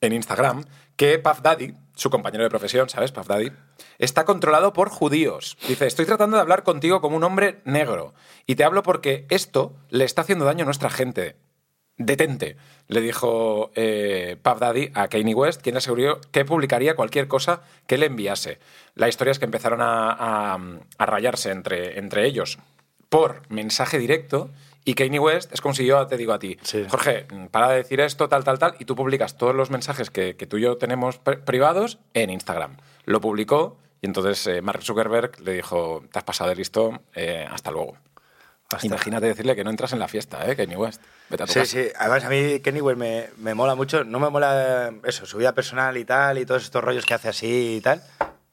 [SPEAKER 1] en Instagram que Puff Daddy, su compañero de profesión, ¿sabes? Puff Daddy, está controlado por judíos. Dice, estoy tratando de hablar contigo como un hombre negro y te hablo porque esto le está haciendo daño a nuestra gente. Detente, le dijo eh, Puff Daddy a Kanye West, quien aseguró que publicaría cualquier cosa que le enviase. La historia es que empezaron a, a- a rayarse entre, entre ellos por mensaje directo y Kanye West es como si yo te digo a ti,
[SPEAKER 2] Sí.
[SPEAKER 1] Jorge, mm, para de decir esto, tal, tal, tal, y tú publicas todos los mensajes que, que tú y yo tenemos pri- privados en Instagram. Lo publicó y entonces eh, Mark Zuckerberg le dijo, te has pasado de listo, eh, hasta luego.
[SPEAKER 2] Hasta-
[SPEAKER 1] Imagínate decirle que no entras en la fiesta, ¿eh, Kanye West? Vete a tu
[SPEAKER 2] Sí,
[SPEAKER 1] casa.
[SPEAKER 2] sí. Además, a mí Kenny West me, me mola mucho. No me mola eso, su vida personal y tal, y todos estos rollos que hace así y tal.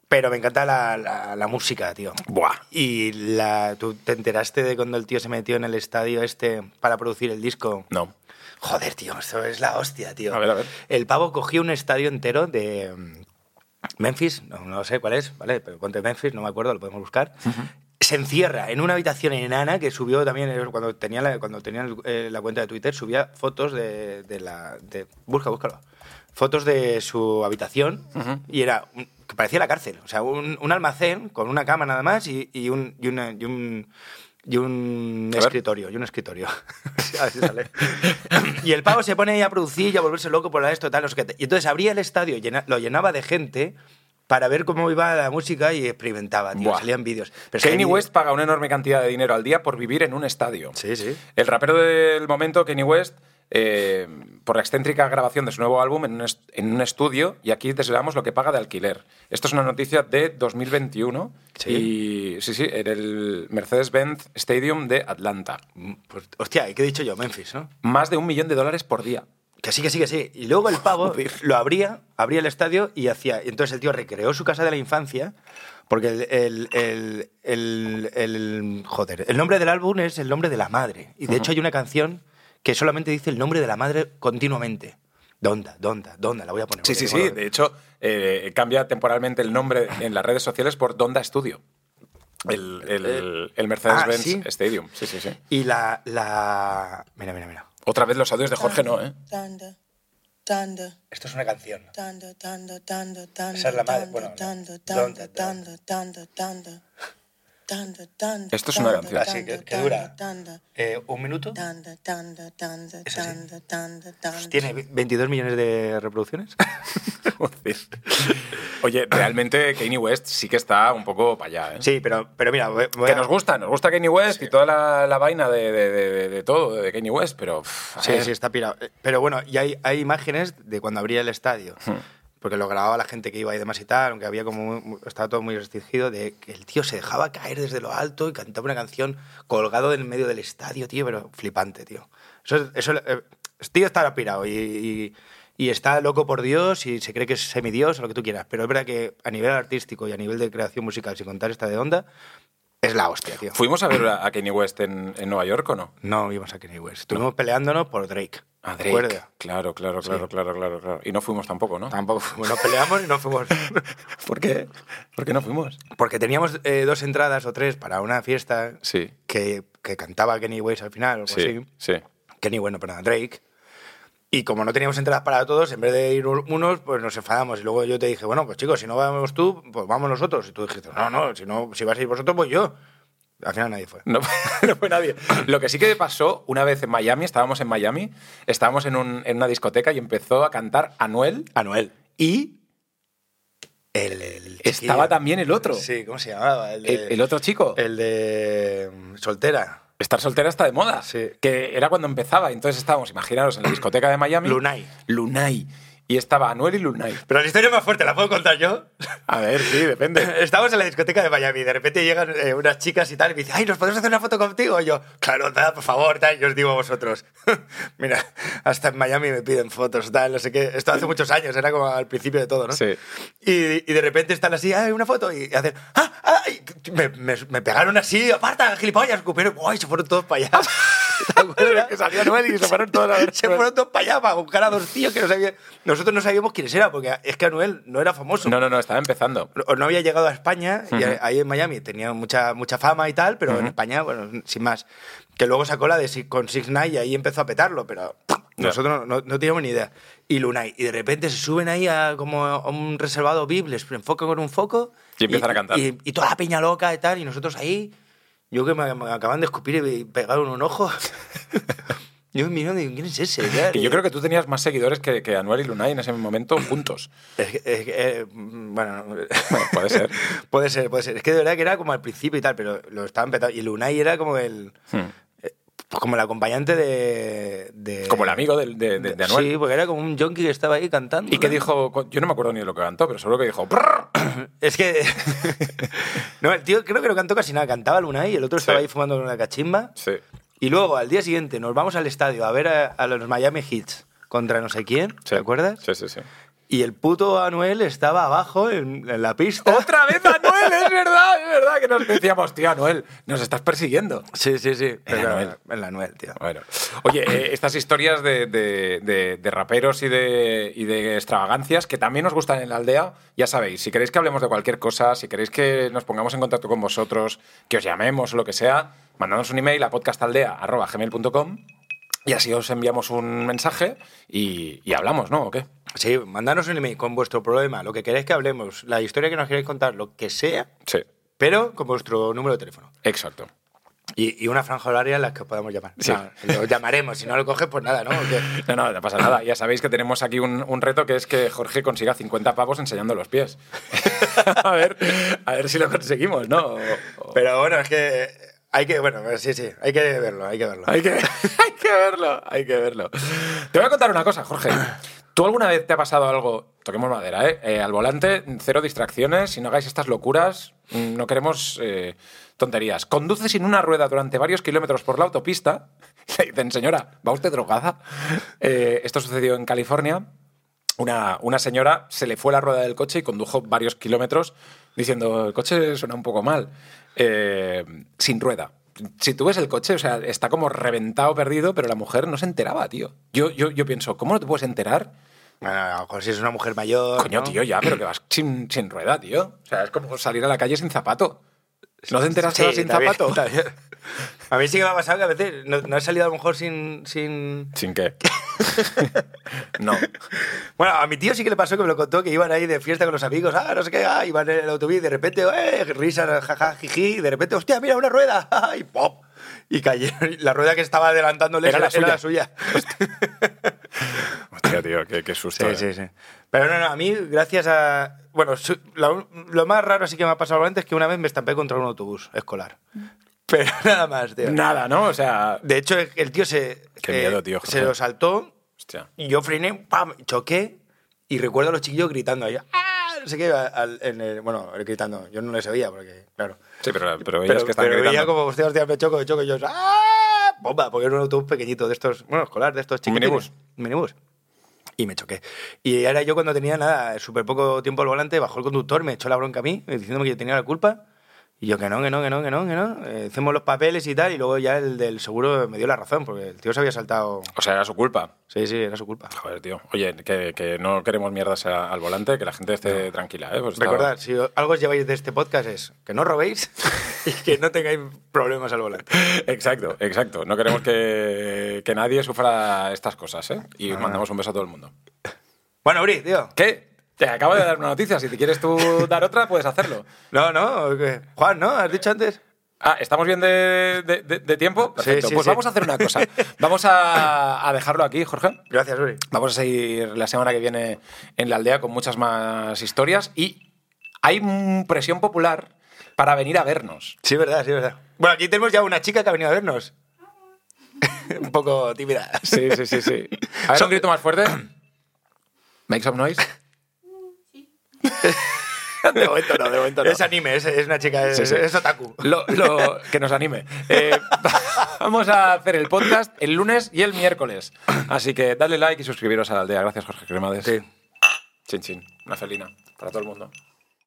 [SPEAKER 2] Pero me encanta la, la- la música, tío.
[SPEAKER 1] Buah.
[SPEAKER 2] Y la, tú te enteraste de cuando el tío se metió en el estadio este para producir el disco.
[SPEAKER 1] No.
[SPEAKER 2] Joder, tío, esto es la hostia, tío.
[SPEAKER 1] A ver, a ver.
[SPEAKER 2] El pavo cogió un estadio entero de mm, Memphis, no, no sé cuál es, ¿vale? Pero ponte Memphis, no me acuerdo, lo podemos buscar. Se encierra en una habitación enana que subió también, eh, cuando tenía la, cuando tenía el- eh, la cuenta de Twitter, subía fotos de, de la... de- busca, búscalo. Fotos de su habitación y era... un- que parecía la cárcel, o sea, un, un almacén con una cama nada más y, y un... Y una- y un y un
[SPEAKER 1] A ver.
[SPEAKER 2] escritorio, y un escritorio. A ver si sale. y el pavo se pone ahí a producir y a volverse loco por esto, tal, no sé qué. Y entonces abría el estadio, llena- lo llenaba de gente para ver cómo iba la música y experimentaba, tío.
[SPEAKER 1] Buah.
[SPEAKER 2] Salían vídeos. Pero es que
[SPEAKER 1] Kanye
[SPEAKER 2] hay-
[SPEAKER 1] West paga una enorme cantidad de dinero al día por vivir en un estadio.
[SPEAKER 2] Sí, sí.
[SPEAKER 1] El rapero del momento, Kanye West, eh, por la excéntrica grabación de su nuevo álbum en un, est- en un estudio, y aquí desvelamos lo que paga de alquiler. Esto es una noticia de 2021.
[SPEAKER 2] Sí.
[SPEAKER 1] Y, sí, sí, en el Mercedes-Benz Stadium de Atlanta.
[SPEAKER 2] Mm, pues, hostia, ¿qué he dicho yo? Memphis, ¿no?
[SPEAKER 1] Más de un millón de dólares por día.
[SPEAKER 2] Que sí, que sí, que sí. Y luego el pavo lo abría, abría el estadio y hacía. y Entonces el tío recreó su casa de la infancia. Porque el, el, el, el- el- joder, el nombre del álbum es el nombre de la madre. Y de hecho hay una canción que solamente dice el nombre de la madre continuamente. Donda, donda, donda, la voy a poner.
[SPEAKER 1] Sí,
[SPEAKER 2] porque
[SPEAKER 1] sí,
[SPEAKER 2] no me
[SPEAKER 1] sí.
[SPEAKER 2] acuerdo.
[SPEAKER 1] De hecho, eh, cambia temporalmente el nombre en las redes sociales por Donda Studio. El, el- el Mercedes-Benz
[SPEAKER 2] ah, ¿sí?
[SPEAKER 1] Stadium. Eh, Sí, sí, sí.
[SPEAKER 2] Y la, la... Mira, mira, mira.
[SPEAKER 1] Otra vez los audios de Jorge no, ¿eh?
[SPEAKER 4] Thunder, thunder,
[SPEAKER 2] Esto es una canción.
[SPEAKER 4] thunder, thunder, thunder, thunder.
[SPEAKER 2] Esa es la madre, bueno,
[SPEAKER 4] thunder,
[SPEAKER 2] la-
[SPEAKER 4] thunder,
[SPEAKER 2] Thunder,
[SPEAKER 4] thunder, thunder, thunder. Thunder, thunder,
[SPEAKER 1] Esto es una
[SPEAKER 4] thunder,
[SPEAKER 1] canción.
[SPEAKER 2] Así
[SPEAKER 4] thunder,
[SPEAKER 2] que- que dura.
[SPEAKER 4] thunder,
[SPEAKER 2] Eh, ¿Un minuto?
[SPEAKER 4] thunder, thunder, thunder,
[SPEAKER 2] Eso sí.
[SPEAKER 4] thunder, thunder, thunder.
[SPEAKER 2] Pues ¿Tiene 22 millones de reproducciones?
[SPEAKER 1] Joder. Oye, realmente Kanye West sí que está un poco para allá, ¿eh?
[SPEAKER 2] sí, pero, pero mira, voy- voy
[SPEAKER 1] Que
[SPEAKER 2] a-
[SPEAKER 1] nos gusta, nos gusta Kanye West y toda la, la vaina de, de- de- de- de todo, de Kanye West, pero... pff, a
[SPEAKER 2] Sí,
[SPEAKER 1] ver.
[SPEAKER 2] sí, está pirado. Eh, Pero bueno, y hay, hay imágenes de cuando abría el estadio, porque lo grababa la gente que iba y demás y tal, aunque había como... muy- muy- estaba todo muy restringido, de que el tío se dejaba caer desde lo alto y cantaba una canción colgado en medio del estadio, tío, pero flipante, tío. Eso, es- eso, eh, el tío está pirado y, y- y está loco por Dios y se cree que es semidios o lo que tú quieras, pero es verdad que a nivel artístico y a nivel de creación musical, sin contar esta de onda, Es la hostia, tío.
[SPEAKER 1] ¿Fuimos a ver a a Kanye West en, en Nueva York o no?
[SPEAKER 2] No vimos a Kanye West. Estuvimos peleándonos por Drake.
[SPEAKER 1] A Ah,
[SPEAKER 2] ¿te
[SPEAKER 1] Drake.
[SPEAKER 2] acuerdas?
[SPEAKER 1] Claro, claro, claro, claro, claro, claro. Y no fuimos tampoco, ¿no?
[SPEAKER 2] Tampoco fuimos. Nos peleamos y no fuimos.
[SPEAKER 1] Ah, ¿Por qué? ¿Por qué no fuimos?
[SPEAKER 2] Porque teníamos eh, dos entradas o tres para una fiesta
[SPEAKER 1] Sí.
[SPEAKER 2] que, que cantaba Kenny West al final o algo
[SPEAKER 1] Pues Sí,
[SPEAKER 2] así.
[SPEAKER 1] sí.
[SPEAKER 2] Kenny, bueno, perdón, Drake. Y como no teníamos entradas para todos, en vez de ir unos, pues nos enfadamos. Y luego yo te dije, bueno, pues chicos, si no vamos tú, pues vamos nosotros. Y tú dijiste, no, no, si, no, si vas a ir vosotros, pues yo. Al final nadie fue.
[SPEAKER 1] No, no fue nadie. Lo que sí que pasó una vez en Miami, estábamos en Miami, estábamos en, un- en una discoteca y empezó a cantar Anuel
[SPEAKER 2] Anuel.
[SPEAKER 1] y
[SPEAKER 2] El, el
[SPEAKER 1] estaba
[SPEAKER 2] chiquillo.
[SPEAKER 1] también el otro.
[SPEAKER 2] Sí, ¿cómo se llamaba? El, de-
[SPEAKER 1] El, el otro chico.
[SPEAKER 2] El de mm, soltera.
[SPEAKER 1] Estar soltera está de moda.
[SPEAKER 2] Sí.
[SPEAKER 1] Que era cuando empezaba. Entonces estábamos, imaginaros, en la discoteca de Miami.
[SPEAKER 2] Lunay.
[SPEAKER 1] Lunay. Y estaba Anuel y Lunay.
[SPEAKER 2] Pero la historia es más fuerte, ¿la puedo contar yo?
[SPEAKER 1] A ver, sí, depende.
[SPEAKER 2] Estamos en la discoteca de Miami y de repente llegan eh, unas chicas y tal y me dicen, ay, ¿nos podemos hacer una foto contigo? Y yo, claro, da, por favor, tal, yo os digo a vosotros. Mira, hasta en Miami me piden fotos, tal, no sé qué. Esto hace muchos años, era como al principio de todo, ¿no?
[SPEAKER 1] Sí.
[SPEAKER 2] Y, y de repente están así, ay, una foto, y hacen, ah, ah, y me, me- me pegaron así, aparta, gilipollas, escupieron, ¡ay, se fueron todos para allá! ¿Te acuerdas?
[SPEAKER 1] Que salió Anuel y se fueron todos a ver
[SPEAKER 2] Se
[SPEAKER 1] Anuel.
[SPEAKER 2] fueron todos para allá para buscar a dos tíos que no sabían. Nosotros no sabíamos quiénes eran, porque es que Anuel no era famoso
[SPEAKER 1] No, no, no, estaba empezando.
[SPEAKER 2] o no había llegado a España y ahí en Miami tenía mucha mucha fama y tal, pero en España, bueno, sin más. Que luego sacó la de Si- con Six Nine y ahí empezó a petarlo, pero ¡pum!
[SPEAKER 1] Ya.
[SPEAKER 2] nosotros no, no teníamos ni idea. Y Lunay, y de repente se suben ahí a, como a un reservado VIP, les enfocan con un foco.
[SPEAKER 1] Y empiezan a cantar.
[SPEAKER 2] Y, y toda la peña loca y tal, y nosotros ahí, yo que me, me acaban de escupir y pegaron un ojo. yo mirando y digo, ¿quién es ese?
[SPEAKER 1] Que yo creo que tú tenías más seguidores que, que Anuel y Lunay en ese momento juntos.
[SPEAKER 2] Es que- es que, eh, bueno,
[SPEAKER 1] Bueno, puede ser.
[SPEAKER 2] puede ser, puede ser. Es que de verdad que era como al principio y tal, pero lo estaban petando. Y Lunay era como el.
[SPEAKER 1] Hmm.
[SPEAKER 2] pues como el acompañante de. de-
[SPEAKER 1] Como el amigo del- de, de- de Anuel.
[SPEAKER 2] Sí, porque era como un junkie que estaba ahí cantando.
[SPEAKER 1] Y que dijo, yo no me acuerdo ni de lo que cantó, pero seguro que dijo, "Brrr".
[SPEAKER 2] Es que. no, el tío creo que no cantó casi nada. Cantaba Lunay y el otro estaba
[SPEAKER 1] Sí.
[SPEAKER 2] ahí fumando una cachimba.
[SPEAKER 1] Sí.
[SPEAKER 2] Y luego al día siguiente nos vamos al estadio a ver a, a los Miami Heats contra no sé quién.
[SPEAKER 1] Sí.
[SPEAKER 2] ¿Te acuerdas?
[SPEAKER 1] Sí, sí, sí.
[SPEAKER 2] Y el puto Anuel estaba abajo en, en la pista.
[SPEAKER 1] Otra vez Anuel, es verdad, es verdad que nos decíamos, tío Anuel, nos estás persiguiendo.
[SPEAKER 2] Sí, sí, sí. Pero
[SPEAKER 1] Anuel.
[SPEAKER 2] El Anuel, tío.
[SPEAKER 1] Bueno, oye, eh, estas historias de, de- de- de raperos y de, y de extravagancias que también nos gustan en la aldea, ya sabéis, si queréis que hablemos de cualquier cosa, si queréis que nos pongamos en contacto con vosotros, que os llamemos o lo que sea, mandadnos un email a podcastaldea.gmail.com y así os enviamos un mensaje y, y hablamos, ¿no? ¿O qué?
[SPEAKER 2] Sí, mandanos un email con vuestro problema, lo que queréis que hablemos, la historia que nos queréis contar, lo que sea,
[SPEAKER 1] Sí,
[SPEAKER 2] pero con vuestro número de teléfono.
[SPEAKER 1] exacto.
[SPEAKER 2] Y, y una franja horaria en la que os podamos llamar.
[SPEAKER 1] Sí.
[SPEAKER 2] No, lo llamaremos, si no lo coges, pues nada, ¿no? ¿O qué?
[SPEAKER 1] No, no, no pasa nada. Ya sabéis que tenemos aquí un, un reto que es que Jorge consiga 50 pavos enseñando los pies. a, ver, a ver si lo conseguimos, ¿no? O- o-
[SPEAKER 2] Pero bueno, es que hay que, bueno, sí, sí, hay que verlo, hay que verlo.
[SPEAKER 1] Hay que, hay que verlo, hay que verlo. Te voy a contar una cosa, Jorge. ¿Tú alguna vez te ha pasado algo, toquemos madera, ¿eh? Eh, al volante, cero distracciones, si no hagáis estas locuras, mm, no queremos eh, tonterías. Conduce sin una rueda durante varios kilómetros por la autopista, le dicen, señora, ¿va usted drogada? Eh, esto sucedió en California. Una, una señora se le fue la rueda del coche y condujo varios kilómetros diciendo, el coche suena un poco mal, eh, sin rueda. Si tú ves el coche, o sea, está como reventado, perdido, pero la mujer no se enteraba, tío. Yo, yo, yo pienso, ¿cómo no te puedes enterar?
[SPEAKER 2] Bueno, a lo mejor si es una mujer mayor.
[SPEAKER 1] Coño,
[SPEAKER 2] ¿no?
[SPEAKER 1] tío, ya, pero que vas sin, sin rueda, tío. O sea, es como salir a la calle sin zapato. ¿No te enteras que
[SPEAKER 2] Sí,
[SPEAKER 1] vas sin
[SPEAKER 2] también,
[SPEAKER 1] zapato?
[SPEAKER 2] también. A mí sí que me ha pasado que a veces no, no he salido a lo mejor sin, sin,
[SPEAKER 1] ¿Sin qué? no.
[SPEAKER 2] Bueno, a mi tío sí que le pasó que me lo contó que iban ahí de fiesta con los amigos, ah, no sé qué, ah, iban en el autobús y de repente, eh, risas, jaja, jiji, y de repente, hostia, mira una rueda, ah, y pop. Y cayeron, y la rueda que estaba adelantándole
[SPEAKER 1] Era la Hostia, tío, qué, qué susto.
[SPEAKER 2] Sí,
[SPEAKER 1] eh.
[SPEAKER 2] sí, sí. Pero no, no, a mí, gracias a. Bueno, su- la un- lo más raro así que me ha pasado antes es que una vez me estampé contra un autobús escolar. Pero nada más, tío.
[SPEAKER 1] Nada, ¿no? O sea,
[SPEAKER 2] De hecho, el tío se. eh,
[SPEAKER 1] Qué miedo, tío,
[SPEAKER 2] Se
[SPEAKER 1] joder.
[SPEAKER 2] lo saltó
[SPEAKER 1] hostia.
[SPEAKER 2] Y yo frené, pam, choqué y recuerdo a los chiquillos gritando ahí. ¡Ah! No sé qué, al- en el- bueno, gritando. Yo no les oía porque, claro.
[SPEAKER 1] Sí, pero, pero ellas
[SPEAKER 2] Pero,
[SPEAKER 1] que están
[SPEAKER 2] pero
[SPEAKER 1] gritando.
[SPEAKER 2] veía como, hostia, hostia, me choco, me choco. Y yo, ¡ah! Bomba, porque era un autobús pequeñito de estos, bueno, escolar, de estos
[SPEAKER 1] Un
[SPEAKER 2] chiquitines.
[SPEAKER 1] minibús.
[SPEAKER 2] Un minibús. Y me choqué. Y era yo cuando tenía nada, súper poco tiempo al volante, bajó el conductor, me echó la bronca a mí, diciéndome que yo tenía la culpa. Y yo, que no, que no, que no, que no, que no. Eh, hacemos los papeles y tal, y luego ya el del seguro me dio la razón, porque el tío se había saltado.
[SPEAKER 1] O sea, era su culpa.
[SPEAKER 2] Sí, sí, era su culpa.
[SPEAKER 1] Joder, tío. Oye, que, que no queremos mierdas a- al volante, que la gente esté tranquila, ¿eh? Pues está-
[SPEAKER 2] Recordad, si algo os lleváis de este podcast es que no robéis y que no tengáis problemas al volante.
[SPEAKER 1] Exacto, exacto. No queremos que, que nadie sufra estas cosas, ¿eh? Y mandamos un beso a todo el mundo.
[SPEAKER 2] Bueno, Uri, tío.
[SPEAKER 1] ¿Qué? Te acabo de dar una noticia. Si te quieres tú dar otra, puedes hacerlo.
[SPEAKER 2] No, no, que- Juan, ¿no? ¿Has dicho antes?
[SPEAKER 1] Ah, ¿estamos bien de, de- de- de tiempo?
[SPEAKER 2] Sí,
[SPEAKER 1] Perfecto.
[SPEAKER 2] sí,
[SPEAKER 1] pues
[SPEAKER 2] sí.
[SPEAKER 1] vamos a hacer una cosa. Vamos a, a dejarlo aquí, Jorge.
[SPEAKER 2] Gracias, Uri.
[SPEAKER 1] Vamos a seguir la semana que viene en la aldea con muchas más historias y hay mm, presión popular para venir a vernos.
[SPEAKER 2] Sí, verdad, sí, verdad. Bueno, aquí tenemos ya una chica que ha venido a vernos. Un poco tímida.
[SPEAKER 1] Sí, sí, sí, sí. A ver,
[SPEAKER 2] Son-
[SPEAKER 1] un grito más fuerte. Make some noise.
[SPEAKER 2] De momento no, de momento no. Es anime, es, es una chica, es,
[SPEAKER 1] Sí, sí.
[SPEAKER 2] es otaku.
[SPEAKER 1] Lo, lo- que nos anime. Eh, vamos a hacer el podcast el lunes y el miércoles. Así que dadle like y suscribiros a la aldea. Gracias, Jorge Cremades.
[SPEAKER 2] Sí.
[SPEAKER 1] Chin, chin. Una felina para todo el mundo.